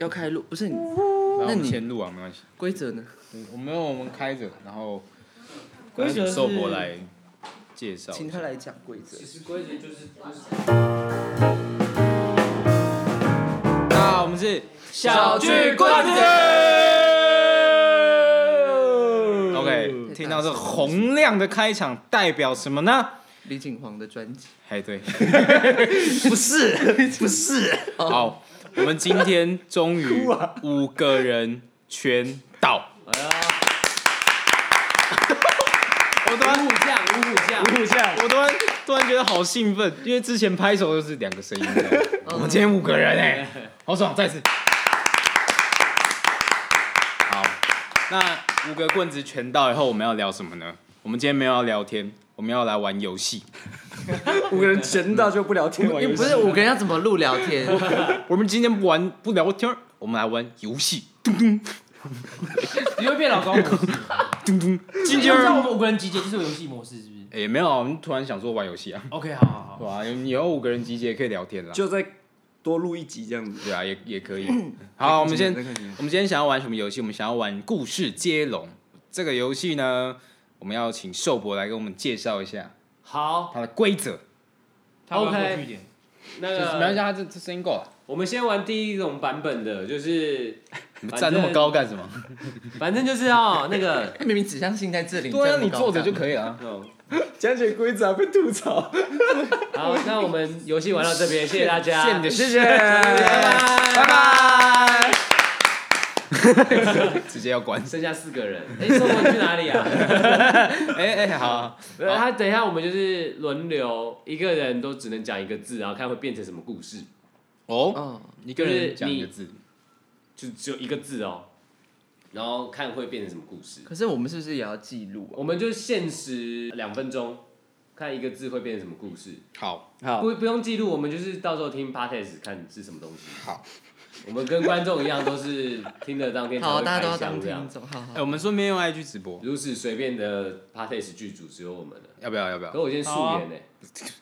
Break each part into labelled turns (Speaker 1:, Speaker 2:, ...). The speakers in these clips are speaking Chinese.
Speaker 1: 要开路，不是你
Speaker 2: 那我
Speaker 1: 那
Speaker 2: 们
Speaker 1: 你
Speaker 2: 先录啊，没关系。
Speaker 1: 规则呢？
Speaker 2: 对我没有，我们开着，然后
Speaker 3: 规
Speaker 1: 哎
Speaker 3: 则是
Speaker 2: 寿伯来介绍一下。
Speaker 1: 请他来讲规则。
Speaker 3: 其实规则就是
Speaker 2: 那我们是
Speaker 3: 小
Speaker 1: 巨棍子
Speaker 2: OK，听到这洪亮的开场，代表什么呢？
Speaker 1: 李景煌的专辑
Speaker 2: 哎，对，
Speaker 1: 不 是不是，
Speaker 3: 哦
Speaker 2: 好，我们今天终于
Speaker 3: 啊
Speaker 2: 五个人全到，
Speaker 3: 哎我端五虎将，五虎将，
Speaker 2: 五下，我突然突然觉得好兴奋，因为之前拍手就是两个声音这 样，
Speaker 3: 嗯
Speaker 2: 我们今天五个人哎、好爽，再次。好，那五个棍子全到以后，我们要聊什么呢？我们今天没有要聊天，我们要来玩游戏。
Speaker 4: 五个人全到就不聊天玩
Speaker 1: 你
Speaker 4: 游戏
Speaker 1: 不是五个人要怎么录聊天？
Speaker 2: 我们今天不玩不聊天，我们来玩游戏。
Speaker 3: 你会变老 高模式。
Speaker 2: 咚咚，今
Speaker 3: 今
Speaker 2: 天
Speaker 3: 天让我们五个人集结，这是游戏模式，是不是
Speaker 2: 哎、没有啊，我们突然想说玩游戏啊，
Speaker 3: ？OK，好好好。
Speaker 2: 对啊，以后五个人集结可以聊天啦。
Speaker 4: 哦就再多录一集这样子。嗯
Speaker 2: 对啊，也也可以。 好，我们先
Speaker 4: 再看一下
Speaker 2: 我们今天想要玩什么游戏？我们想要玩故事接龙。这个游戏呢，我们要请寿伯来给我们介绍一下
Speaker 3: 好
Speaker 2: 它的规则。
Speaker 3: ，OK，
Speaker 4: 点，
Speaker 3: 那
Speaker 2: 就是没关系，
Speaker 3: 个
Speaker 2: 他这这声音够了。
Speaker 3: 我们先玩第一种版本的，就是
Speaker 2: 你们
Speaker 3: 反
Speaker 2: 站
Speaker 3: 正
Speaker 2: 那么高干什么？
Speaker 3: 反正就是哦，那 个
Speaker 1: 明明指向性在这里，
Speaker 2: 对啊，
Speaker 1: 这么
Speaker 2: 你
Speaker 1: 高
Speaker 2: 坐着就
Speaker 1: 干嘛
Speaker 2: 可以了啊。
Speaker 3: 嗯
Speaker 4: 讲解规则被吐槽，
Speaker 3: 好，那我们游戏玩到这边，谢谢大家，
Speaker 2: 现的
Speaker 4: 谢谢，
Speaker 3: 拜拜
Speaker 4: 拜拜。
Speaker 2: 直接要关。
Speaker 3: 剩下四个人，哎、欸，宋文去哪里 啊？
Speaker 2: 哎哎，好，
Speaker 3: 没有，他等一下我们就是轮流，一个人都只能讲一个字，然后看会变成什么故事，
Speaker 2: 哦，
Speaker 1: 哦，
Speaker 2: 一个人讲一个字，
Speaker 3: 就只有一个字哦，然后看会变成什么故事。
Speaker 1: 可是我们是不是也要记录啊？
Speaker 3: 我们就限时呃两分钟，看一个字会变成什么故事，
Speaker 2: 好，
Speaker 4: 好，
Speaker 3: 不不用记录，我们就是到时候听 podcast 看是什么东西。
Speaker 2: 好，
Speaker 3: 我们跟观众一样都是听了当天才
Speaker 1: 好，啊
Speaker 3: 会
Speaker 1: 大家都
Speaker 3: 开
Speaker 1: 要
Speaker 3: 箱
Speaker 1: 当
Speaker 3: 这样
Speaker 1: 听。众，好好
Speaker 2: 哎，。我们顺便用 IG 直播，
Speaker 3: 如此随便的 podcast 剧组只有我们了。
Speaker 2: 要不要？要不要？
Speaker 3: 可我今天素
Speaker 4: 好啊
Speaker 3: 颜呢、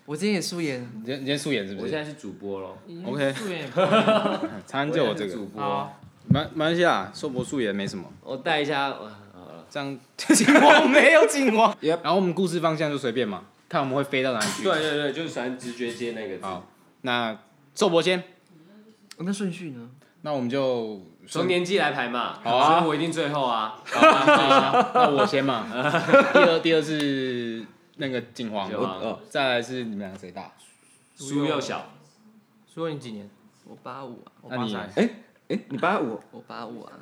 Speaker 1: 我今天也素颜，
Speaker 2: 你今天你今天素颜是
Speaker 3: 我
Speaker 2: 不
Speaker 3: 现
Speaker 2: 是
Speaker 3: 在是主播喽。
Speaker 2: ？OK，
Speaker 4: 素颜
Speaker 2: 参就我这
Speaker 3: 是
Speaker 2: 个
Speaker 3: 主，播
Speaker 1: 哦
Speaker 4: 好，
Speaker 2: 蛮蛮系啊，寿伯素颜没什么。
Speaker 3: 我带一下，哇好了。
Speaker 2: 这样 警网没有警网。
Speaker 4: Yep
Speaker 2: 然后我们故事方向就随便嘛，看我们会飞到哪里去。
Speaker 3: 对，对对，就是反正直觉接那个字。
Speaker 2: 嗯好，那寿伯先，
Speaker 1: 哦那顺序呢？
Speaker 2: 那我们就
Speaker 3: 从年纪来排嘛，
Speaker 2: 好啊
Speaker 3: 所以我一定最后啊。
Speaker 2: 那我先嘛。第二第二是那个景皇
Speaker 3: 景，
Speaker 4: 我
Speaker 3: 皇
Speaker 4: 哦，
Speaker 2: 再来是你们两个谁大？
Speaker 3: 苏又小，
Speaker 4: 苏你几年？
Speaker 1: 我八五啊，我
Speaker 2: 那你
Speaker 1: 八三，
Speaker 4: 哎，你八五，
Speaker 1: 我八五啊，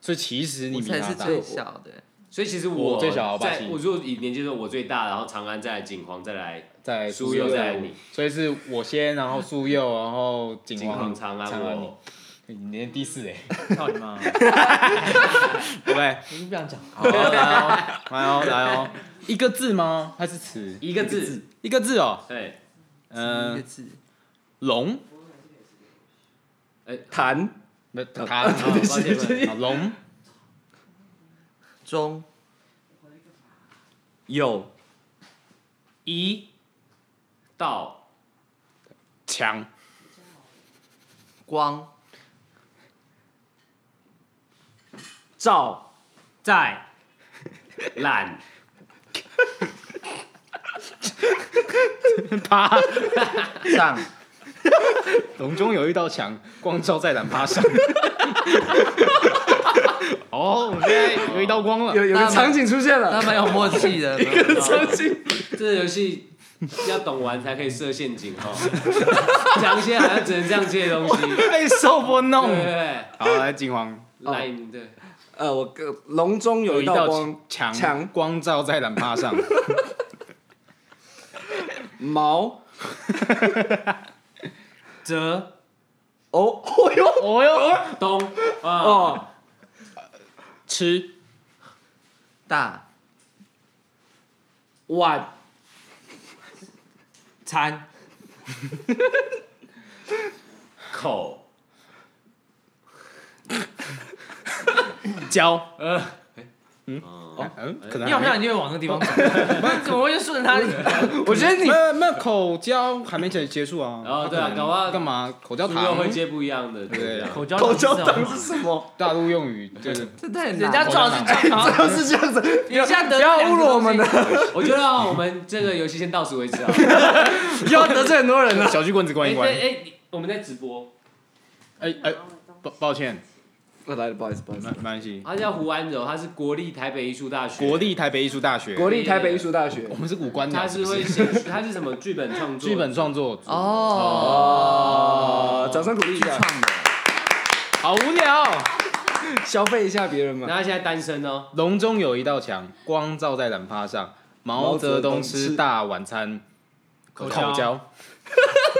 Speaker 2: 所以其实你
Speaker 1: 我
Speaker 2: 比
Speaker 1: 才
Speaker 2: 他
Speaker 1: 是
Speaker 2: 大。
Speaker 1: 最小的。
Speaker 3: 所以其实
Speaker 2: 我最小我爸
Speaker 3: 在
Speaker 2: 七
Speaker 3: 我如果以年纪说，我最大，然后长安再来景皇，再来
Speaker 2: 哎在
Speaker 3: 苏又再来你，
Speaker 2: 所以是我先，然后苏佑，然后景
Speaker 3: 景
Speaker 2: 皇
Speaker 3: 皇、长安
Speaker 2: 长安你
Speaker 3: 我。
Speaker 2: 你年第四哎，
Speaker 4: 操你妈！
Speaker 2: 对不对？
Speaker 4: 我就不想讲。
Speaker 2: 好，来哦，来哦，来哦，一个字吗？还是词？
Speaker 3: 一个字，哎
Speaker 2: 一个字哦，
Speaker 3: 对，
Speaker 2: 嗯、
Speaker 1: 呃一个字，
Speaker 2: 龙，
Speaker 3: 哎
Speaker 4: 谈
Speaker 2: 那他哦
Speaker 3: 好抱歉抱歉
Speaker 2: 好龙
Speaker 1: 中
Speaker 4: 有
Speaker 3: 一到
Speaker 2: 强
Speaker 1: 光
Speaker 4: 照
Speaker 3: 再懒
Speaker 2: 趴，
Speaker 1: 上
Speaker 2: 龙中有一道墙，光照在懒趴 上。哦，我现在有一道光了。
Speaker 4: 有有
Speaker 1: 大
Speaker 4: 个
Speaker 1: 家
Speaker 4: 场景出现
Speaker 1: 他
Speaker 4: 了，
Speaker 1: 蛮有默契 的，
Speaker 4: 场景
Speaker 3: 这游戏要懂玩才可以设陷阱哦， 讲一些好像只能这样接的东西，对
Speaker 2: 被受波弄
Speaker 3: 对。对，
Speaker 2: 好，来金黄，
Speaker 3: 来你的
Speaker 4: 呃，我个笼中有
Speaker 2: 一
Speaker 4: 一
Speaker 2: 道
Speaker 4: 道光，
Speaker 2: 墙，
Speaker 4: 墙
Speaker 2: 光照在懒趴上。
Speaker 4: 毛
Speaker 3: 泽
Speaker 4: 哦哦哟
Speaker 2: 哦哟，
Speaker 3: 东啊
Speaker 4: 哦，
Speaker 2: 吃
Speaker 1: 大
Speaker 4: 晚
Speaker 3: 餐口。
Speaker 2: 胶，
Speaker 3: 呃，哦，
Speaker 2: 嗯，可能
Speaker 1: 你好像已经往那个地方走 了，不是怎么会就顺着他？
Speaker 4: 我觉得你
Speaker 2: 没有没有口交还没结结束啊。
Speaker 3: 哦对
Speaker 2: 不可
Speaker 3: 啊
Speaker 2: 能
Speaker 3: 搞不好
Speaker 2: 干嘛？口交
Speaker 3: 猪
Speaker 2: 糖
Speaker 3: 肉会接不一样的，
Speaker 2: 对
Speaker 3: 对
Speaker 1: 口交
Speaker 4: 口交
Speaker 1: 是什
Speaker 4: 党
Speaker 1: 么
Speaker 4: 是什么？
Speaker 2: 大陆用语就是
Speaker 1: 这太人家撞是
Speaker 4: 这
Speaker 1: 撞，
Speaker 4: 样是这样子，
Speaker 1: 你现在得
Speaker 4: 不要侮辱我们的，
Speaker 3: 我觉得啊我们这个游戏先到此为止啊。
Speaker 4: 不要得罪很多人了。
Speaker 2: 小巨棍子关
Speaker 3: 哎
Speaker 2: 一
Speaker 3: 对
Speaker 2: 关。
Speaker 3: 哎，你我们在直播，
Speaker 2: 哎哎，抱抱歉，
Speaker 4: 我 来了，不好意思，不好意
Speaker 2: 没
Speaker 4: 思。
Speaker 2: 没关系。
Speaker 3: 他叫胡安柔，他是国立台北艺术大学，
Speaker 2: 国立台北艺术大学，
Speaker 4: 国立台北艺术大学
Speaker 2: 我，们是五官
Speaker 3: 他
Speaker 2: 的，
Speaker 3: 是
Speaker 2: 是不
Speaker 3: 会
Speaker 2: 是？
Speaker 3: 写，他是什么剧本创作？
Speaker 2: 剧本创作组
Speaker 4: 哦
Speaker 1: 哦，
Speaker 4: 呃，掌声鼓励一
Speaker 1: 去
Speaker 4: 下
Speaker 1: 创，的，
Speaker 2: 好无聊。哦
Speaker 4: 消费一下别人嘛。
Speaker 3: 那他现在单身哦，
Speaker 2: 笼中有一道墙，光照在染发上。毛泽东吃大晚餐，
Speaker 1: 口
Speaker 2: 口
Speaker 1: 交，
Speaker 2: 交。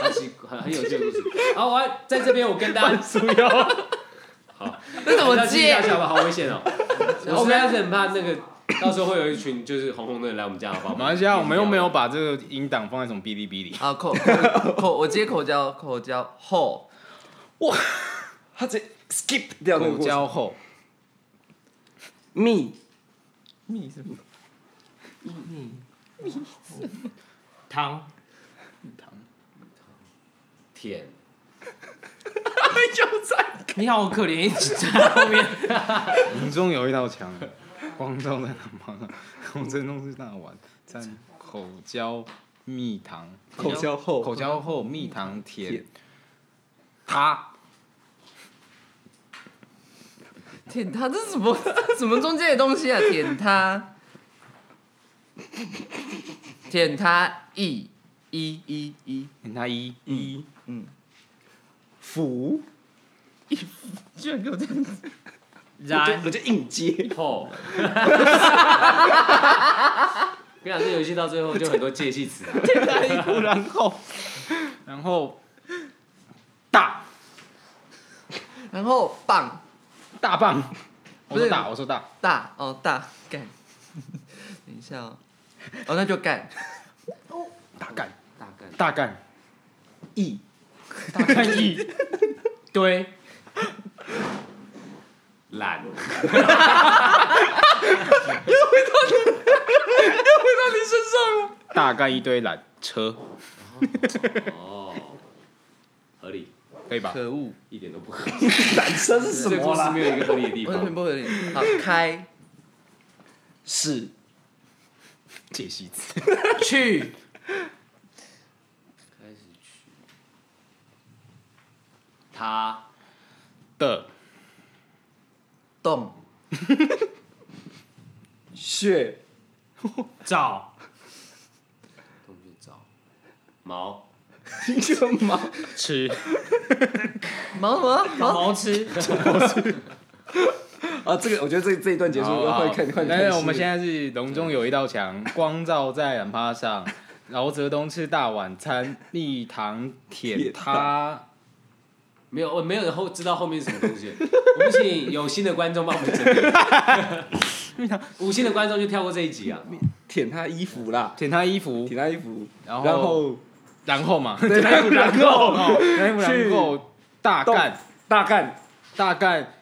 Speaker 3: 很奇很很有趣的故事。好，我要在这边我跟大家
Speaker 2: 苏哟，
Speaker 1: 那怎么
Speaker 3: 要记一
Speaker 1: 接
Speaker 3: 下？下吧，好危险哦！我实在是很怕那个，到时候会有一群就是红红的人来我们家，好不好？
Speaker 2: 马来西亚，我们又没有把这个音档放在什么哔哩哔哩。
Speaker 1: 啊，口口口，我接口交，口交后，
Speaker 4: 他直接 skip 掉那个
Speaker 2: 口
Speaker 4: 过程。
Speaker 2: 交后，
Speaker 4: me
Speaker 1: 密是不？
Speaker 5: 汤
Speaker 3: 舔，
Speaker 4: 就在
Speaker 5: 你好可怜，一直在 后面。
Speaker 2: 笼中有一道墙， 光照在染发上。毛泽东吃大晚餐，口交蜜糖，
Speaker 4: 口交后，
Speaker 2: 口交后蜜糖甜。他
Speaker 1: 舔他，这是什么 什么中间的东西啊？舔他，舔他一一一一，
Speaker 2: 舔他一一
Speaker 4: 服，
Speaker 1: 居然给我这样子，
Speaker 4: 我就
Speaker 5: 然
Speaker 4: 我就硬接。
Speaker 3: 后。跟你讲，这游戏到最后就很多介系词啊，
Speaker 2: 然后，然后大
Speaker 1: 然后棒
Speaker 2: 大棒，我
Speaker 1: 不
Speaker 2: 说
Speaker 1: 是
Speaker 2: 大，我说大，
Speaker 1: 大哦大干， 等一下哦，哦那就干
Speaker 2: 大干
Speaker 3: 大概
Speaker 2: 大干
Speaker 4: 意
Speaker 2: 大干一
Speaker 5: 堆
Speaker 3: 懒，
Speaker 2: 大干一堆缆车，
Speaker 3: 哦，合理，
Speaker 2: 可以吧？
Speaker 1: 可恶，
Speaker 3: 一点都不合理，
Speaker 4: 男生是什
Speaker 3: 这
Speaker 4: 么
Speaker 3: 故事
Speaker 4: 啦？
Speaker 3: 没有一个合理的地
Speaker 1: 完全
Speaker 3: 方。
Speaker 1: 不合理。好开
Speaker 4: 是
Speaker 2: 解析词，
Speaker 5: 去
Speaker 3: 开始去，他
Speaker 2: 的
Speaker 1: 动
Speaker 4: 血
Speaker 5: 找
Speaker 3: 东西找毛
Speaker 4: 什么？
Speaker 2: 吃
Speaker 1: 毛什么毛
Speaker 5: 毛吃
Speaker 4: 啊，这个我觉得这这一段结束
Speaker 2: 好
Speaker 4: 要
Speaker 2: 好
Speaker 4: 快看快
Speaker 2: 但
Speaker 4: 看戏
Speaker 2: 是
Speaker 4: 了。
Speaker 2: 我们现在是笼中有一道墙， 光照在染帕上。毛泽东吃大晚餐，蜜糖舔
Speaker 4: 舔
Speaker 2: 他。
Speaker 3: 没有，我没有后知道后面是什么东西。 我们请有心的观众帮我们整理， 无心的观众就跳过这一集啊。
Speaker 4: 舔他衣服啦，
Speaker 2: 舔他衣服，
Speaker 4: 舔他衣服，
Speaker 2: 然
Speaker 4: 然
Speaker 2: 后
Speaker 4: 后
Speaker 2: 然后嘛，
Speaker 4: 对然后然后
Speaker 2: 哦然后
Speaker 4: 去
Speaker 2: 然后大干
Speaker 4: 大干
Speaker 2: 大干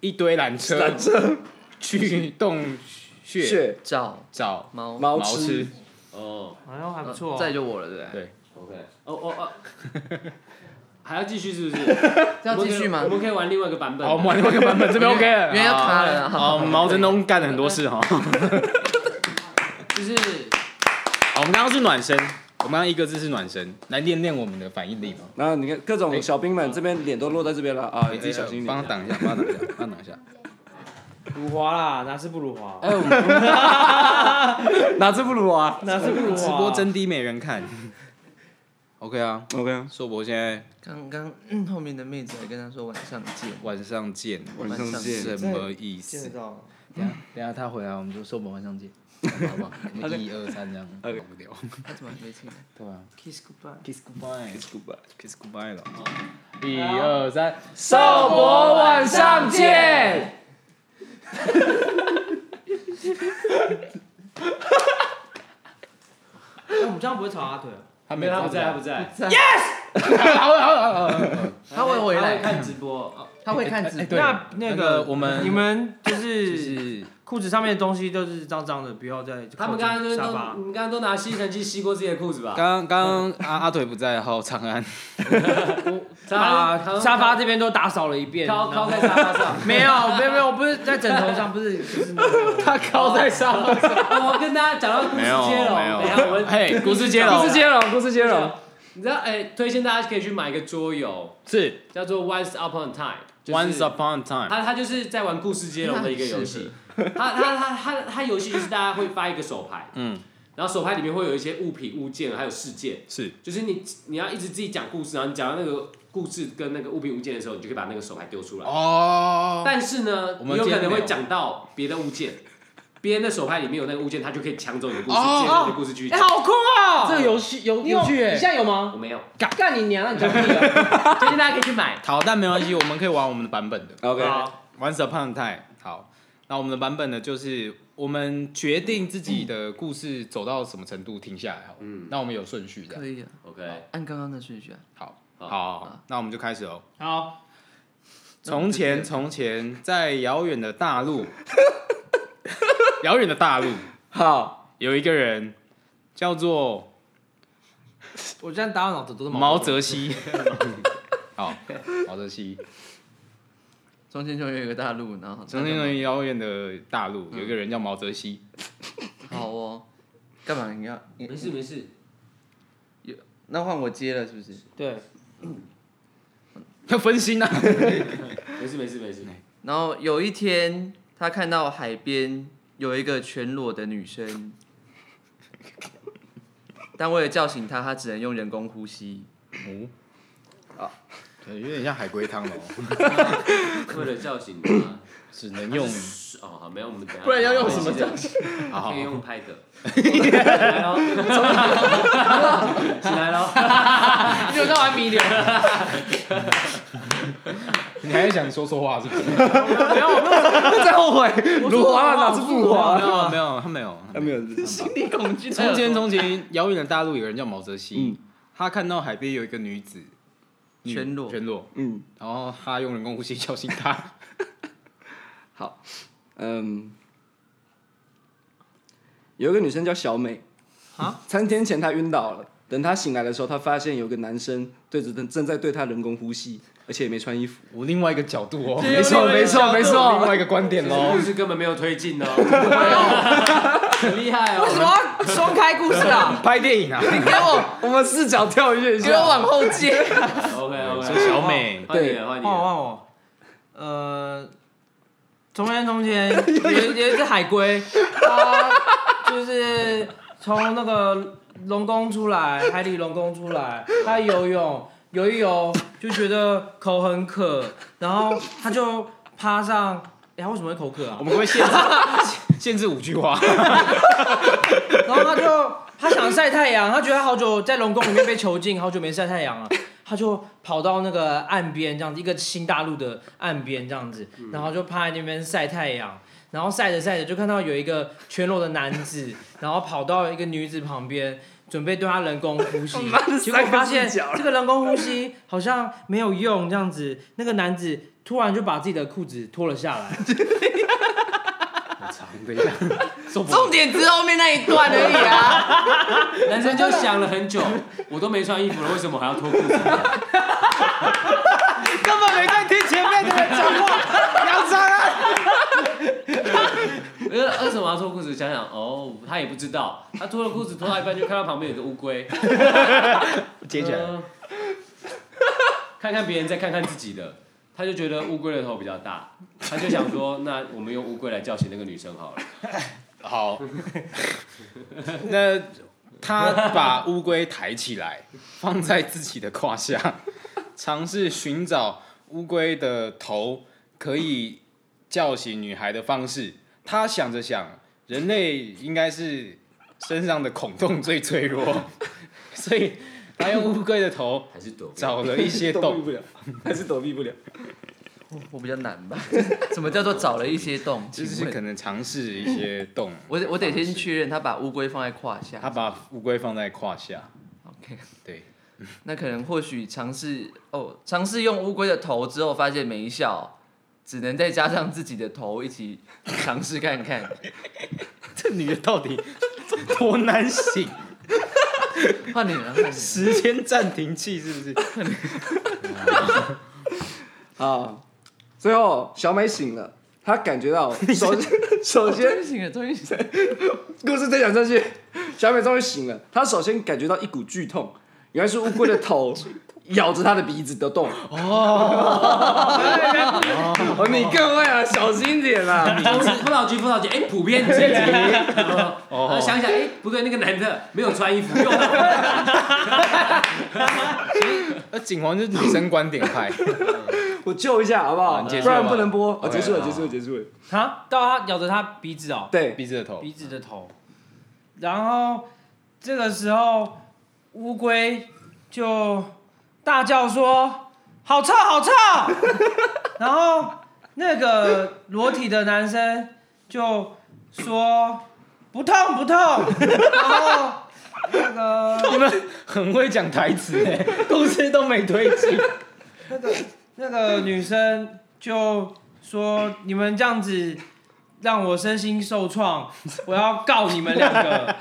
Speaker 2: 一堆缆车
Speaker 4: 男生
Speaker 2: 去洞穴
Speaker 4: 血
Speaker 1: 找
Speaker 2: 找
Speaker 1: 毛
Speaker 4: 毛
Speaker 2: 毛
Speaker 4: 吃
Speaker 2: 吃，
Speaker 3: 哦
Speaker 5: 哎呦还不错
Speaker 1: 呃
Speaker 5: 哦，
Speaker 1: 再就我了对不对？
Speaker 2: 对，
Speaker 3: ，OK，哦哦哦，还要继续是不是？
Speaker 1: 要继续吗
Speaker 3: 我？们可以玩另外一个版本。
Speaker 2: 好，我们玩另外一个版本，这边 OK 了，
Speaker 1: 原来要卡了啊，
Speaker 2: 好，好毛泽东干了很多事 哈。好，
Speaker 3: 就是
Speaker 2: 我们刚刚是暖身，我们刚刚一个字是暖身，来练练我们的反应力嘛。
Speaker 4: 然后你看各种小兵们这边脸都落在这边了啊，你自己小心一
Speaker 2: 帮他挡
Speaker 4: 点。
Speaker 2: 一下，帮他挡一下，帮他挡一 下。
Speaker 5: 辱华啦，哪是不辱华？
Speaker 4: 哎，我们哪只不如啊
Speaker 5: 哪是不辱华？
Speaker 2: 直播真低，没人看。OK 啊，
Speaker 4: ？OK 啊，
Speaker 2: 硕博现在
Speaker 1: 刚刚嗯后面的妹子还跟他说晚上见，
Speaker 2: 晚上见，
Speaker 4: 晚上
Speaker 1: 晚上
Speaker 4: 见
Speaker 1: 见。
Speaker 2: 什么意
Speaker 5: 见
Speaker 2: 思
Speaker 5: 得？到。
Speaker 2: 等一下等一下他回来，我们就硕博晚上见，好不好？ 我们一二三这样，好无聊。
Speaker 1: 他怎么还没进来
Speaker 2: 对啊
Speaker 1: ？Kiss goodbye。
Speaker 2: ，kiss goodbye，kiss
Speaker 4: Goodbye
Speaker 2: kiss goodbye 了。一二三，
Speaker 4: 少博晚上见。
Speaker 5: 哎，我们这样不会吵阿腿啊？
Speaker 2: 他
Speaker 5: 哎
Speaker 3: 没有他不在，他
Speaker 2: 不
Speaker 3: 不在。
Speaker 1: Yes。他会回
Speaker 3: 他
Speaker 1: 来
Speaker 3: 会看直播，哦
Speaker 1: 他会看直播。
Speaker 5: 那那
Speaker 2: 那
Speaker 5: 个
Speaker 2: 个我们
Speaker 5: 你们就
Speaker 2: 就是是
Speaker 5: 裤子上面的东西都是脏脏的，不要再靠近
Speaker 3: 他们刚刚都
Speaker 5: 沙
Speaker 3: 都，
Speaker 5: 发。
Speaker 3: 你刚刚都拿吸尘器吸过自己的裤子吧？
Speaker 2: 刚刚阿阿腿不在，好长安，
Speaker 5: 啊，
Speaker 3: 他们
Speaker 5: 沙发这边都打扫了一遍。
Speaker 3: 靠
Speaker 5: 然
Speaker 3: 靠
Speaker 5: 后，
Speaker 3: 在沙发上
Speaker 5: 没有，没有，没有，我不是在枕头上，不是，就是那个
Speaker 3: 他靠在沙 发上。我跟大家讲到故事接龙，等一下我们
Speaker 2: 嘿，故事接
Speaker 4: 故
Speaker 2: 龙
Speaker 4: 事接龙，故事接龙，
Speaker 3: 你知道，哎、推荐大家可以去买一个桌游，
Speaker 2: 是
Speaker 3: 叫做 Once Upon a Time，就是啊
Speaker 2: Once Upon a Time，
Speaker 3: 它它就是在玩故事接龙的一个游 戏。它它它它它游戏就是大家会发一个手牌，
Speaker 2: 嗯，
Speaker 3: 然后手牌里面会有一些物品、物件还有事件，
Speaker 2: 是
Speaker 3: 就是你你要一直自己讲故事，然后你讲到那个故事跟那个物品物件的时候，你就可以把那个手牌丢出来。
Speaker 2: 哦，
Speaker 3: 但是呢，
Speaker 2: 我
Speaker 3: 你
Speaker 2: 们
Speaker 3: 有
Speaker 2: 今
Speaker 3: 可
Speaker 2: 天
Speaker 3: 能
Speaker 2: 没
Speaker 3: 会
Speaker 2: 有
Speaker 3: 讲到别的物件，别人的手牌里面有那个物件，他就可以抢走你的故事，
Speaker 2: 哦
Speaker 3: 借着你的故事继续
Speaker 5: 哎，
Speaker 3: 讲。
Speaker 5: 好酷啊！
Speaker 1: 这个游戏有
Speaker 5: 你有
Speaker 1: 有
Speaker 5: 你
Speaker 1: 趣
Speaker 5: 现
Speaker 1: 哎，
Speaker 5: 在有吗？
Speaker 3: 我没有，
Speaker 5: 干干你娘！那你讲屁啊！
Speaker 3: 推荐大家可以去买。
Speaker 2: 好，但没关系，我们可以玩我们的版本的。
Speaker 4: OK，
Speaker 2: Once Upon a Time。好，那我们的版本呢，就是我们决定自己的故事走到什么程度停下来好了。
Speaker 3: 嗯
Speaker 2: 那我们有顺序的。
Speaker 1: 可以啊，
Speaker 3: OK，
Speaker 1: 按刚刚的顺序啊。
Speaker 2: 好，
Speaker 3: 好
Speaker 2: 好，好那我们就开始哦。
Speaker 5: 好，
Speaker 2: 从前，从前，在遥远的大陆， 遥远的大陆
Speaker 4: 好，
Speaker 2: 有一个人叫做
Speaker 5: 我现在打到脑子都是
Speaker 2: 毛泽 西。好，毛泽西。
Speaker 1: 中间就有一个大陆，然后
Speaker 2: 从前，从遥远的大陆有一个人叫毛泽西。
Speaker 1: 好哦，干嘛你要？你
Speaker 3: 没事没事，
Speaker 1: 那换我接了是不是？
Speaker 5: 对，
Speaker 2: 要分心啊！
Speaker 3: 没事没事没事。
Speaker 1: 然后有一天，他看到海边有一个全裸的女生， 但为了叫醒她，他只能用人工呼吸。
Speaker 2: 哦，啊，有点像海龟汤哦，
Speaker 3: 为了叫 醒啊他，
Speaker 2: 只能用
Speaker 3: 是哦，好，没有，我们等一下
Speaker 1: 不然要用什么叫
Speaker 3: 醒？
Speaker 2: 好好
Speaker 3: 可以用拍的。起来喽！起来喽！
Speaker 5: 你有在玩迷流？
Speaker 2: 你还是想说错话是不是？
Speaker 5: 没有，
Speaker 4: 在后悔，辱华了，哪是不
Speaker 2: 没
Speaker 4: 华？
Speaker 2: 有没有，他没有。
Speaker 4: 还没有，
Speaker 1: 心理恐惧。
Speaker 2: 从前从前，遥远的大陆有个人叫毛泽西，他看到海边有一个女子女
Speaker 1: 全裸
Speaker 2: 全裸，
Speaker 4: 嗯，
Speaker 2: 然后他用人工呼吸叫醒 她。
Speaker 4: 好，嗯，有一个女生叫小美，
Speaker 5: 啊，
Speaker 4: 三天前她晕倒了，等她醒来的时候，她发现有个男生对着正正在对她人工呼吸，而且也没穿衣服。
Speaker 2: 我另外一个角度哦，
Speaker 4: 没错，没错，没
Speaker 2: 另
Speaker 4: 错。
Speaker 2: 外一个观点
Speaker 3: 这
Speaker 2: 喽
Speaker 3: 故。事根本没有推进哦，很厉害哦。
Speaker 1: 为什么要双开故事啊？
Speaker 2: 拍电影啊，
Speaker 1: 你给 我，
Speaker 4: 我们视角跳跃一
Speaker 1: 给我
Speaker 4: 下，
Speaker 1: 往后接。
Speaker 3: ？OK
Speaker 2: 说
Speaker 3: OK，
Speaker 2: 小美
Speaker 3: 换你了，换你
Speaker 5: 换我
Speaker 1: 哦
Speaker 3: 了。
Speaker 5: 换我。哦呃，从前从前有一有一只海龟，它就是从那个龙宫出来，海底龙宫出来，它游泳游一游就觉得口很渴，然后它就趴上，哎、它为什么会口渴啊
Speaker 2: 我？们会不会限制 限制五句话，
Speaker 5: 然后他就他想晒太阳，他觉得他好久在龙宫里面被囚禁，好久没晒太阳了，他就跑到那个岸边这样子，一个新大陆的岸边这样子，然后就趴在那边晒太阳。然后晒着晒着，就看到有一个全裸的男子， 然后跑到一个女子旁边，准备对她人工呼吸。结果发现这个人工呼吸好像没有用，这样子，那个男子突然就把自己的裤子脱了下来，
Speaker 1: 重点只是后面那一段而已啊。
Speaker 3: 男生就想了很久，我都没穿衣服了，为什么还要脱裤子？
Speaker 2: 根本没在听前面的人讲话，杨三啊！
Speaker 3: 呃，为什么要脱裤子？想想哦，他也不知道，他脱了裤子脱到一半就看到旁边有个乌龟，
Speaker 2: 接起来，
Speaker 3: 呃看看别人再看看自己的，他就觉得乌龟的头比较大，他就想说，那我们用乌龟来叫醒那个女生好了。
Speaker 2: 好。 那他把乌龟抬起来，放在自己的胯下， 尝试寻找乌龟的头可以叫醒女孩的方式。他想着想，人类应该是身上的孔洞最脆弱， 所以他用乌龟的头
Speaker 3: 还是躲。
Speaker 2: 找了一 些
Speaker 4: 躲避
Speaker 2: 洞。
Speaker 4: 不了，还是躲避不了。
Speaker 1: 我 我比较难吧？什么叫做找了一些洞？
Speaker 2: 就
Speaker 1: 请
Speaker 2: 是
Speaker 1: 问
Speaker 2: 可能尝试一些洞。
Speaker 1: 我得我得先确认他把乌龟放在胯下。
Speaker 2: 他把乌龟放在胯下，
Speaker 1: OK，
Speaker 2: 对，
Speaker 1: 那可能或许尝试哦，尝试用乌龟的头之后，发现没效，只能再加上自己的头一起尝试看看。
Speaker 2: 这 女的到底多难醒？
Speaker 1: 换你了，换你了
Speaker 2: 时间暂停器是不 是？
Speaker 4: 啊。最后，小美醒了，她感觉到首首先
Speaker 1: 终于醒了，终于醒了。
Speaker 4: 故事再讲下去，小美终于醒了。她首先感觉到一股剧痛，原来是乌龟的头咬着她的鼻子的洞。 哦，你各位啊，小心点 啊！
Speaker 3: 从此辅导局，辅导局，哎，普遍这一集，然后想一想，哎，不对，那个男的没有穿衣服，又
Speaker 2: 那景皇就是女生观点 派，
Speaker 4: 我救一下好不好？
Speaker 2: 你结束
Speaker 4: 不然
Speaker 2: 吧
Speaker 4: 不能播。哦，结束了，
Speaker 2: 对
Speaker 4: 结束了，结束了。
Speaker 5: 啊，到他咬着他鼻子哦，
Speaker 4: 对，
Speaker 2: 鼻子的头。
Speaker 5: 鼻子的头，然后这个时候乌龟就大叫说：“好臭，好臭！” 然后那个裸体的男生就说：“不痛，不痛。” 然后那个。
Speaker 2: 你们很会讲台词哎， 故事都没推进。
Speaker 5: 那个那个女生就说：“你们这样子让我身心受创，我要告你们两 个。”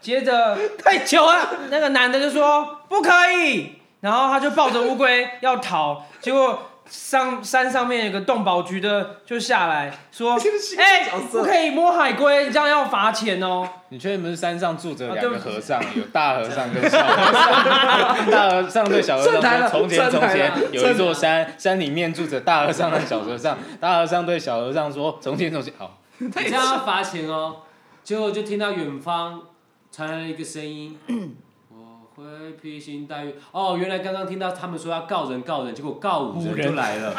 Speaker 5: 接着太久了，那个男的就说：“不可以。”然后他就抱着乌龟要逃，结果上山上面有个动保局的就下来 说：“哎、不可以摸海龟，这样要罚钱哦。
Speaker 2: 你确定不是山上住着
Speaker 5: 啊
Speaker 2: 两
Speaker 5: 对不
Speaker 2: 个
Speaker 5: 起
Speaker 2: 和尚，有大和尚跟小 和尚？大和尚对小和
Speaker 4: 站台
Speaker 2: 尚
Speaker 4: 了
Speaker 2: 说：“从前
Speaker 4: 站
Speaker 2: 从
Speaker 4: 台了
Speaker 2: 前有一座山，山里面住着大和尚和小和尚。大和尚对小和尚说：‘从前从前。’好，
Speaker 3: 你这样要罚钱哦。结果就听到远方传来了一个声音，
Speaker 5: 嗯
Speaker 3: 我会披星戴月。哦，原来刚刚听到他们说要告人告人，结果告五人就来了。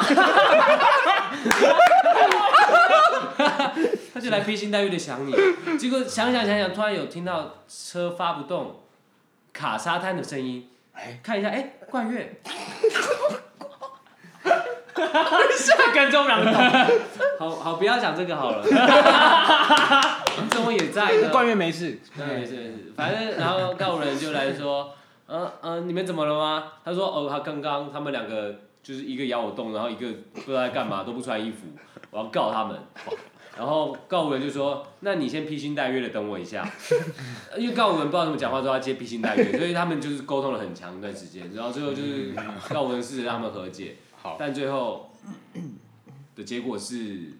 Speaker 3: 他就来披星戴月的想你，结果想想想想，突然有听到车发不动、卡沙滩的声音，看一下，哎，冠月，
Speaker 5: 跟踪两个人
Speaker 3: 好好不要讲这个好 了，郑文也在呢。
Speaker 2: 冠月没事。
Speaker 3: 对，是，反正然后告人就来说，嗯嗯，你们怎么了吗？他说，哦，他刚刚他们两个就是一个咬我洞，然后一个不知道在干嘛，都不穿衣服，我要告他们。然后告人就说，那你先披星戴月的等我一下，因为告人不知道怎么讲话，说要接披星戴月，所以他们就是沟通了很长一段时间，然后最后就是告人试着让他们和解，
Speaker 2: 好
Speaker 3: 但最后的结果是，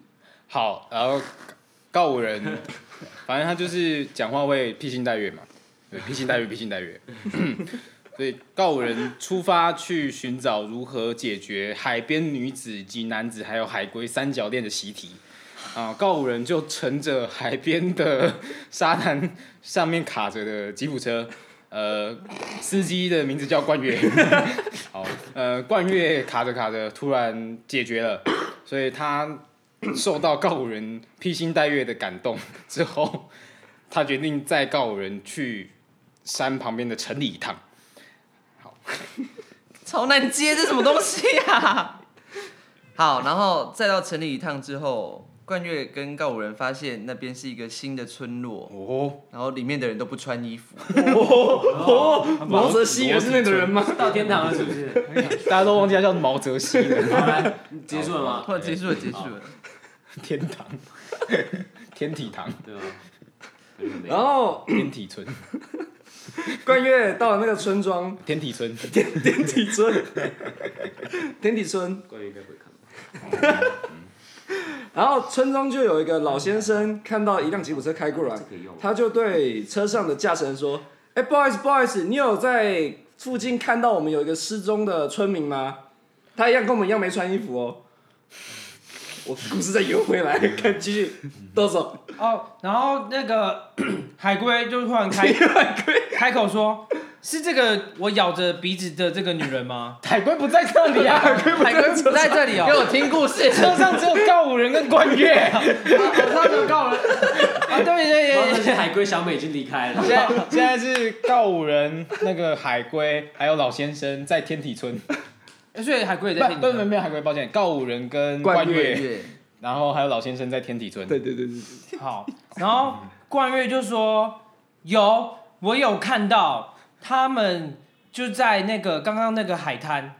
Speaker 2: 好，然后告五人，反正他就是讲话会披星戴月嘛，对，披星戴月，披星戴月。 所以告五人出发去寻找如何解决海边女子及男子还有海龟三角恋的习题。啊，告五人就乘着海边的沙滩上面卡着的吉普车，呃，司机的名字叫冠月。 好，呃，冠月卡着卡着突然解决了，所以他受到告五人披星戴月的感动 之后，他决定载告五人去山旁边的城里一趟。
Speaker 1: 超难接，这什么东西啊？好，然后再到城里一趟之后，冠月跟告五人发现那边是一个新的村落，
Speaker 2: 哦，
Speaker 1: 然后里面的人都不穿衣服，
Speaker 4: 毛泽西也是那个人吗？
Speaker 3: 到天堂了是不是？
Speaker 2: 大家都忘记他叫毛泽西了，
Speaker 3: 好来，结束了吗？
Speaker 1: 哇，哦结束了，结束了。
Speaker 2: 天堂，天体堂，
Speaker 3: 对吧？啊
Speaker 4: 然后
Speaker 2: 天体村，
Speaker 4: 冠月到了那个村庄，
Speaker 2: 天体村，
Speaker 4: 天体村， 天体村，
Speaker 3: 关于应该不会看吧。
Speaker 4: 然后村庄就有一个老先生看到一辆吉普车开过来
Speaker 3: 这，可以用。
Speaker 4: 他就对车上的驾驶人说：“哎、不好意思，不好意思，你有在附近看到我们有一个失踪的村民吗？他一样跟我们一样没穿衣服哦。”我故事再圆回来，看继续，到手。
Speaker 5: 哦，然后那个 海龟就突然 开开口说：“是这个我咬着鼻子的这个女人吗
Speaker 2: 海龟不在这里啊，
Speaker 1: 海龟不在这里哦，给我听故事。
Speaker 2: 车上只有告五人跟关月，
Speaker 5: 他怎么告人？啊，对对
Speaker 3: 然后
Speaker 5: 对
Speaker 3: 哦那
Speaker 5: 对，
Speaker 3: 些海龟小美已经离开了
Speaker 2: 现。在现在是告五人、那个海龟还有老先生在天体村，不
Speaker 5: 对所以海龟也在听
Speaker 2: 不
Speaker 5: 你
Speaker 2: 不
Speaker 5: 的。
Speaker 2: 没有海龟，抱歉，告五人跟
Speaker 4: 冠
Speaker 2: 关
Speaker 4: 月
Speaker 2: 月，然后还有老先生在天体村。
Speaker 4: 对对对对，
Speaker 5: 嗯好，然后冠月就说：“有，我有看到他们就在那个刚刚那个海滩，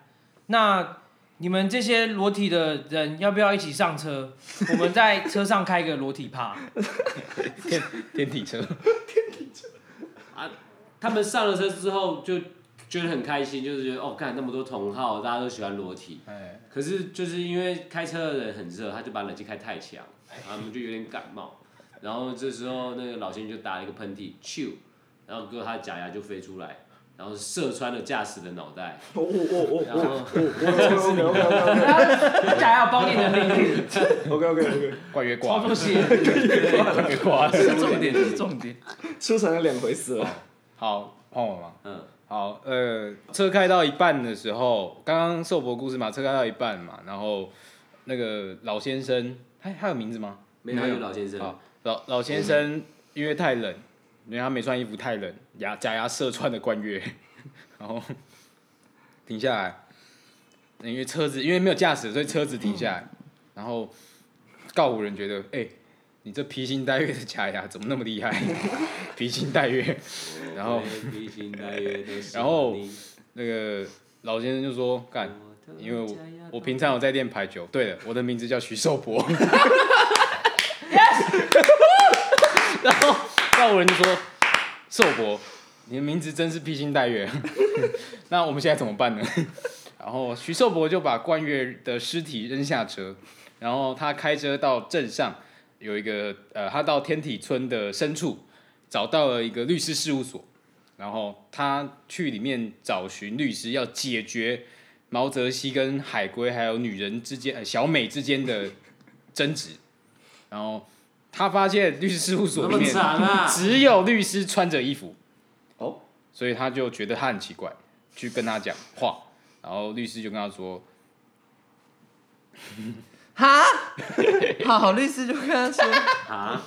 Speaker 5: 那你们这些裸体的人要不要一起上 车？我们在车上开一个裸体 趴。
Speaker 2: 天天体车，
Speaker 3: 他们上了车之后就觉得很开心，就是觉得哦，看那么多同好，大家都喜欢裸体。
Speaker 2: 哎，
Speaker 3: 可是就是因为开车的人很热，他就把冷气开太强，他们就有点感冒。然后这时候那个老先生就打了一个喷嚏，啾，然后哥他的假牙就飞出来，然后射穿了驾驶的脑袋。
Speaker 4: 哦哦哦哦
Speaker 3: 然后
Speaker 4: 哦
Speaker 5: 他假牙有包你的力，
Speaker 4: ，OK OK OK OK，
Speaker 2: 怪越挂
Speaker 5: 超
Speaker 2: 了
Speaker 5: 出，血。
Speaker 2: 怪越挂了。
Speaker 1: 是重点，是重点。
Speaker 4: 出成了两回事了。
Speaker 2: 好，换我吗？
Speaker 3: 嗯，
Speaker 2: 好，呃，车开到一半的时候，刚刚寿伯故事嘛，车开到一半嘛，然后那个老先生，哎他他有名字吗？
Speaker 3: 没有有老先生
Speaker 2: 好，老老先生因为太冷，因为他没穿衣服太冷，牙假牙射穿的冠月， 然后停下来，因为车子因为没有驾驶，所以车子停下来，然后告五人觉得，哎、你这披星戴月的假牙怎么那么厉害？ 披星戴月，然后
Speaker 3: 披星戴月的是
Speaker 2: 然后
Speaker 3: 你
Speaker 2: 那个老先生就说，干，
Speaker 3: 我的
Speaker 2: 因为我
Speaker 3: 假牙
Speaker 2: 我平常有在练排球。对了，我的名字叫徐寿博。 然后告五人就说：“寿博，你的名字真是披星戴月。 那我们现在怎么办呢？” 然后徐寿博就把冠月的尸体扔下车，然后他开车到镇上有一个呃，他到天体村的深处找到了一个律师事务所，然后他去里面找寻律师，要解决毛泽西跟海龟还有女人之间、呃、小美之间的争执，然后他发现律师事务所
Speaker 3: 那
Speaker 2: 里
Speaker 3: 么
Speaker 2: 面
Speaker 3: 长啊，
Speaker 2: 只有律师穿着衣服，
Speaker 4: 哦，
Speaker 2: 所以他就觉得他很奇怪，去跟他讲话，然后律师就跟他说，
Speaker 1: 哈，好，律师就跟他 说，
Speaker 3: 啊，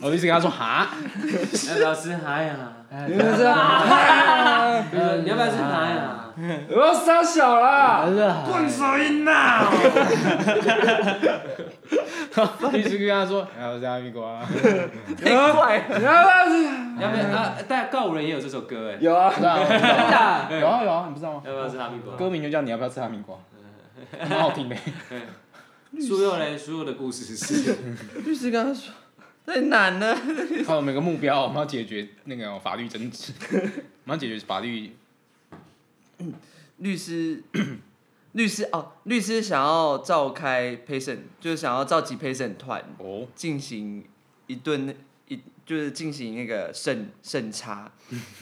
Speaker 2: 哦，律师跟他说哈，
Speaker 3: 哎老师嗨呀，
Speaker 4: 你们这
Speaker 1: 啊
Speaker 4: 样，
Speaker 3: 呃你要不要吃嗨呀？
Speaker 4: 我要杀小啦！
Speaker 5: 了，
Speaker 4: 手音呐！
Speaker 2: 律师跟他说，然后在阿米瓜，
Speaker 1: 太怪了。
Speaker 4: 啊，
Speaker 3: 你要不要啊？但告五人也有这首歌哎，
Speaker 4: 有 啊，
Speaker 2: 知道吗
Speaker 5: 真的。
Speaker 2: 有啊有啊，你不知道吗？
Speaker 3: 要不要吃哈密瓜？
Speaker 2: 歌名就叫你要不要吃哈密瓜，蛮好 听的。
Speaker 3: 苏佑嘞，苏佑的故事是，
Speaker 1: 律师跟他说，太难了。
Speaker 2: 看我们有个目标，我们要解决那个法律争执，我们要解决法律
Speaker 1: 律师， 律师哦，律师想要召开陪审，就是想要召集陪审团
Speaker 2: 哦，
Speaker 1: 进行一顿一就是进行那个审审 查，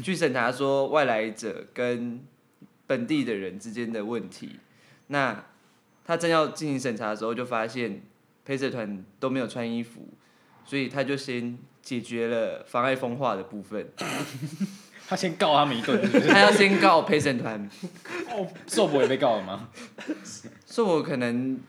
Speaker 1: 去审查说外来者跟本地的人之间的问题。那他正要进行审查的时候，就发现陪审团都没有穿衣服，所以他就先解决了妨碍风化的部 分。
Speaker 2: 他先告他们一顿，是不是？
Speaker 1: 他要先告陪审团，
Speaker 2: 哦，寿伯也被告了 吗？
Speaker 1: 说我可能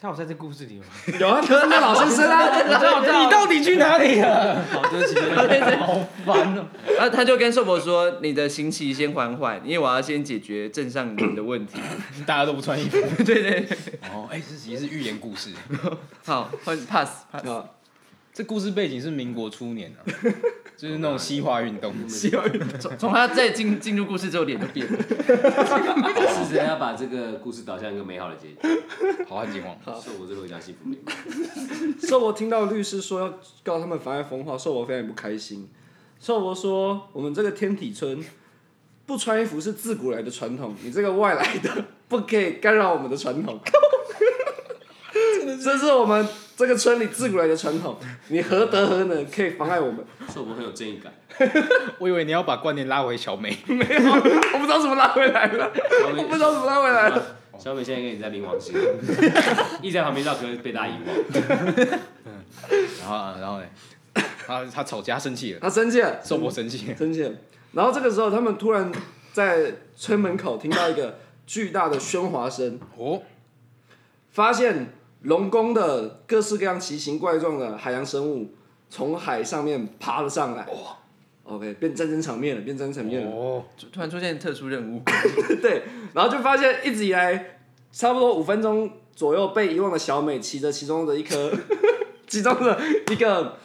Speaker 5: 他有在这故事里吗？
Speaker 4: 有啊，就是那老先生啊，
Speaker 5: 我知道，我知道。
Speaker 2: 你到底去哪里啊了？
Speaker 3: 好对不起，对不起
Speaker 2: 好烦哦！
Speaker 1: 然后啊他就跟寿伯说：“你的刑期先缓缓，因为我要先解决镇上人的问题。
Speaker 2: 大家都不穿 衣服。”
Speaker 1: 对对，对
Speaker 2: 哦，哎，这也是寓言故事。
Speaker 1: 好，换 pass pass。
Speaker 4: 好
Speaker 2: 这故事背景是民国初年 啊，就是那种西化运动。
Speaker 1: 从从他再进进入故事之后，脸就变了。
Speaker 3: 是谁要把这个故事导向一个美好的结局？
Speaker 2: 好汉景王，
Speaker 3: 是我最后一家幸福美满。
Speaker 4: 寿伯听到律师说要告他们妨碍风化，寿伯非常不开心。寿伯说：“我们这个天体村不穿衣服是自古来的传统，你这个外来的不可以干扰我们的传统。这是我们这个村里自古来的传统，你何德何能可以妨碍我们？
Speaker 3: 寿伯很有正义感，
Speaker 2: 我以为你要把观念拉回小美。
Speaker 4: 我不知道怎么拉回来了，
Speaker 3: 小
Speaker 4: 我
Speaker 3: 美
Speaker 4: 不知道怎么拉回来了。
Speaker 3: 小美现在跟你在冥王星，一直在旁边绕哥被大家遗忘。
Speaker 2: 然后啊，然后呢？他他吵架生气了，
Speaker 4: 他生气了，
Speaker 2: 寿伯生气了。
Speaker 4: 真的。然后这个时候，他们突然在村门口听到一个巨大的喧哗声，
Speaker 2: 哦，
Speaker 4: 发现龙宫的各式各样奇形怪状的海洋生物从海上面爬了上来。OK，变战争场面了，变战争场面了。
Speaker 2: 哦，
Speaker 1: 突然出现特殊任务，
Speaker 4: 对，然后就发现一直以来差不多五分钟左右被遗忘的小美骑 着其中的一颗，其中的一个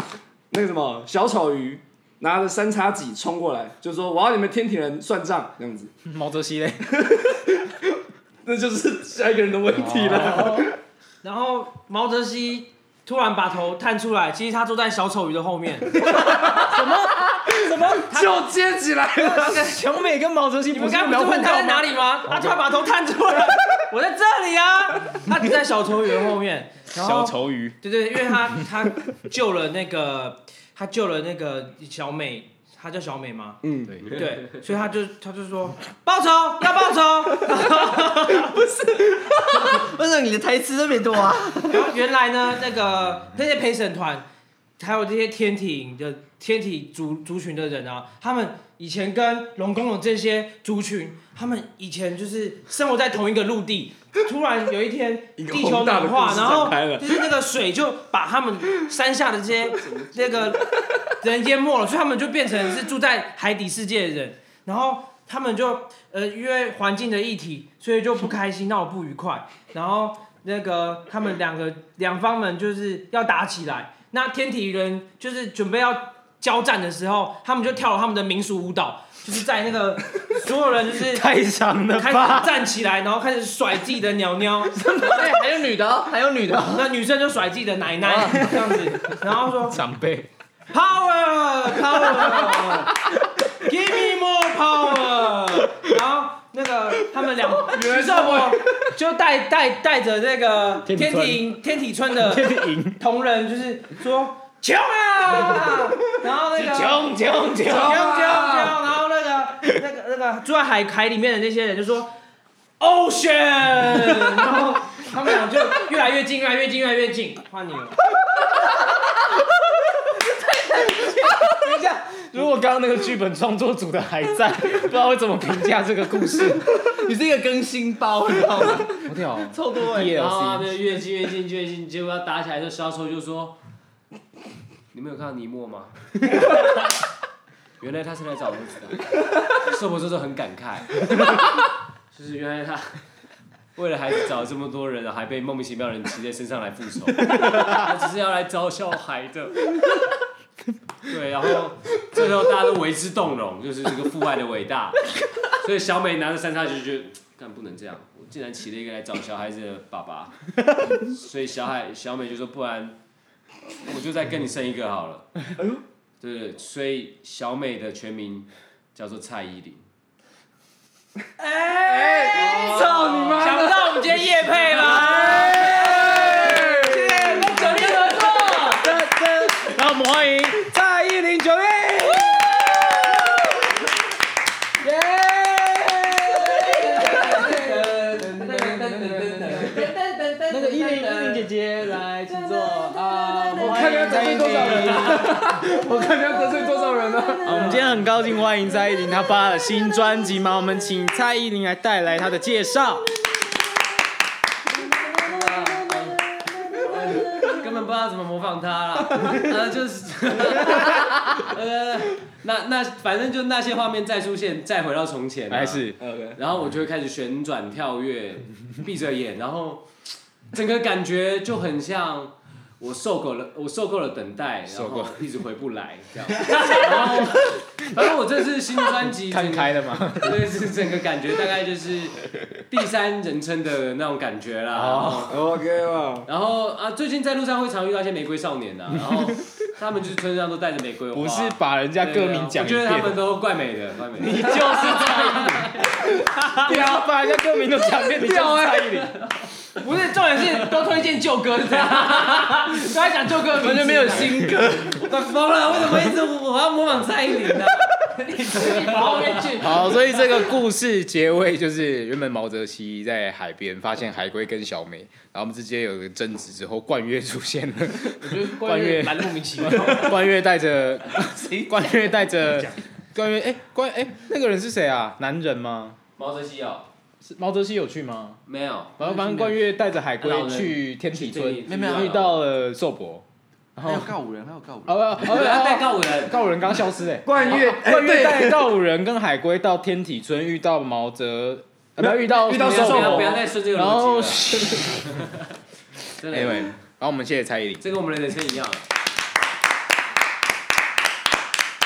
Speaker 4: 那个什么小丑鱼，拿着三叉戟冲过来，就说我要你们天庭人算账这样子，
Speaker 2: 毛泽西嘞，
Speaker 4: 那就是下一个人的问题了。
Speaker 5: 然后，然后毛泽西突然把头探出来，其实他坐在小丑鱼的后 面。什么？什么？
Speaker 4: 就接起来了，
Speaker 2: 小美跟毛泽西
Speaker 5: 你
Speaker 2: 不
Speaker 5: 们
Speaker 2: 是
Speaker 5: 刚不是问他在哪里吗？
Speaker 2: 哦
Speaker 5: 他突然把头探出来，我在这里 啊！他只在小丑鱼的后面。然
Speaker 2: 小
Speaker 5: 后，
Speaker 2: 丑鱼，
Speaker 5: 对对，因为他他救了那个他救了那个小美，他叫小美吗？
Speaker 4: 嗯，
Speaker 2: 对，
Speaker 5: 对，所以他就他就说报仇要报仇。
Speaker 1: 为什么你的台词特别多啊？
Speaker 5: 然后原来呢，那个那些陪审团，还有这些天体的天体族族群的人啊，他们以前跟龙宫的这些族群，他们以前就是生活在同一个陆地，突然有一天
Speaker 4: 一个
Speaker 5: 地球
Speaker 4: 宏大的
Speaker 5: 暖
Speaker 4: 故
Speaker 5: 化，
Speaker 4: 事
Speaker 5: 然后
Speaker 4: 展开了
Speaker 5: 就是那个水就把他们山下的这些那个人淹没了，所以他们就变成是住在海底世界的人，然后。他们就呃，因为环境的议题，所以就不开心，闹不愉快。然后那个他们两个两方们就是要打起来。那天体人就是准备要交战的时候，他们就跳了他们的民俗舞蹈，就是在那个所有人就 是
Speaker 2: 太长了
Speaker 5: 开始
Speaker 2: 吧？
Speaker 5: 站起来，然后开始甩自己的鸟鸟，
Speaker 1: 哎，还有女的哦，还有女的哦。
Speaker 5: 那女生就甩自己的 奶奶这样子，然后说
Speaker 2: 长辈，
Speaker 5: power power give me more power，然后那个他们两宇宙我就带带带着那个
Speaker 2: 天
Speaker 5: 天
Speaker 2: 体村
Speaker 5: 体天体村的
Speaker 2: 这是赢，
Speaker 5: 同仁就是说穷啊，然后那个穷
Speaker 2: 穷穷啊
Speaker 5: 穷穷，
Speaker 2: 穷，
Speaker 5: 然后那个那个那个住在海海里面的那些人就说 ocean，然后他们俩就越来越近，越来越近，越来越近，换你了。
Speaker 2: 等一下，如果刚刚那个剧本创作组的还 在，不知道会怎么评价这个故事。
Speaker 1: 你是一个更新包，你知道吗？
Speaker 2: 我屌
Speaker 1: 超多
Speaker 5: 欸
Speaker 1: 哎、
Speaker 2: DLC
Speaker 3: 然
Speaker 5: 啊
Speaker 3: 后他们越近越近越近，结果要打起来的时候，小丑就说：“你们有看到尼莫吗？” 原来他是来找儿子的。寿婆这时候很感慨，就是原来他为了孩子找了这么多人，还被莫名其妙的人骑在身上来复仇，他只是要来找小孩的。对，然后这时候大家都为之动容，就是这个父爱的伟大。所以小美拿着三叉戟就觉得，但不能这样，我竟然骑了一个来找小孩子的爸爸。所以小海小美就说，不然我就再跟你生一个好了。对对，所以小美的全名叫做蔡依林。
Speaker 5: 哎，
Speaker 4: 操你妈
Speaker 5: 想不到我们今天夜配啦！谢谢跟酒店合作，
Speaker 2: 那我们欢迎蔡依林九妹。
Speaker 5: 那个一零一零姐姐，
Speaker 2: 姐来，请坐啊！
Speaker 4: 我看你要得罪多少人
Speaker 2: 啊！
Speaker 4: 啊！我看你要得罪多少人啊！
Speaker 2: 我们今天很高兴欢迎蔡依林，她发了新专辑嘛，我们请蔡依林来带来她的介绍。
Speaker 3: 根本不知道怎么模仿他啦，呃，就是，呃，那那反正就那些画面再出现，再回到从前啊，
Speaker 2: 还哎是
Speaker 4: OK，
Speaker 3: 然后我就会开始旋转跳跃，闭着眼，然后整个感觉就很像我受够了，我受够了等待，然
Speaker 2: 受够
Speaker 3: 后
Speaker 2: 了
Speaker 3: 一直回不来这样。 然后，反正我这次新专辑
Speaker 2: 看
Speaker 3: 整个，
Speaker 2: 开了 吗？
Speaker 3: 对，是整个感觉大概就是第三人称的那种感觉啦。
Speaker 2: 哦
Speaker 4: OK 吧，
Speaker 3: 然后啊，最近在路上会常遇到一些玫瑰少年啊，然后他们就是身上都带着玫瑰花。
Speaker 2: 不是把人家
Speaker 3: 对
Speaker 2: 歌名讲一
Speaker 3: 我觉
Speaker 5: 啊
Speaker 3: 得他们
Speaker 2: 遍，
Speaker 3: 都怪美的，怪美的。
Speaker 2: 你就是蔡依林，不要把人家歌名都讲一遍，你就是蔡依林，
Speaker 5: 不是重点是都推荐旧歌，都在讲旧歌，完全没有新歌，
Speaker 3: 快疯了！为什么一直我要模仿蔡依林呢、
Speaker 5: 跑后面去。
Speaker 2: 好，所以这个故事结尾就是原本毛泽西在海边发现海龟跟小美，然后我们之间有个争执之后，冠岳出现了，
Speaker 5: 我觉得
Speaker 2: 关月
Speaker 5: 蛮莫名其妙，
Speaker 2: 冠岳带着冠岳带着冠岳哎冠哎那个人是谁啊？男人吗？
Speaker 3: 毛泽西哦，
Speaker 2: 是毛泽西有去吗？
Speaker 3: 没有，
Speaker 2: 然后反正冠岳带着海
Speaker 3: 老
Speaker 2: 龟
Speaker 3: 人
Speaker 2: 去天体村，
Speaker 3: 没有没有
Speaker 2: 遇到了寿伯，然后
Speaker 1: 还有告五人，还有告五人。
Speaker 2: 哦哦
Speaker 3: 不要带
Speaker 2: 哦，
Speaker 3: 告五人，
Speaker 2: 告五人刚消失哎，
Speaker 4: 冠岳，哎
Speaker 2: 冠岳带
Speaker 4: 对，
Speaker 2: 告五人跟海龟到天体村遇到毛泽，啊不遇到
Speaker 4: 遇到
Speaker 3: 不
Speaker 4: 寿
Speaker 3: 要
Speaker 4: 伯
Speaker 3: 不要
Speaker 2: 伯
Speaker 3: 不，要再顺这个
Speaker 2: 然后
Speaker 3: 逻辑了， 真的。
Speaker 2: 哎喂，然后我们谢谢蔡依林。
Speaker 3: 这跟我们的人生一样。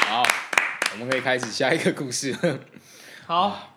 Speaker 2: 好，我们可以开始下一个故事了。
Speaker 5: 好，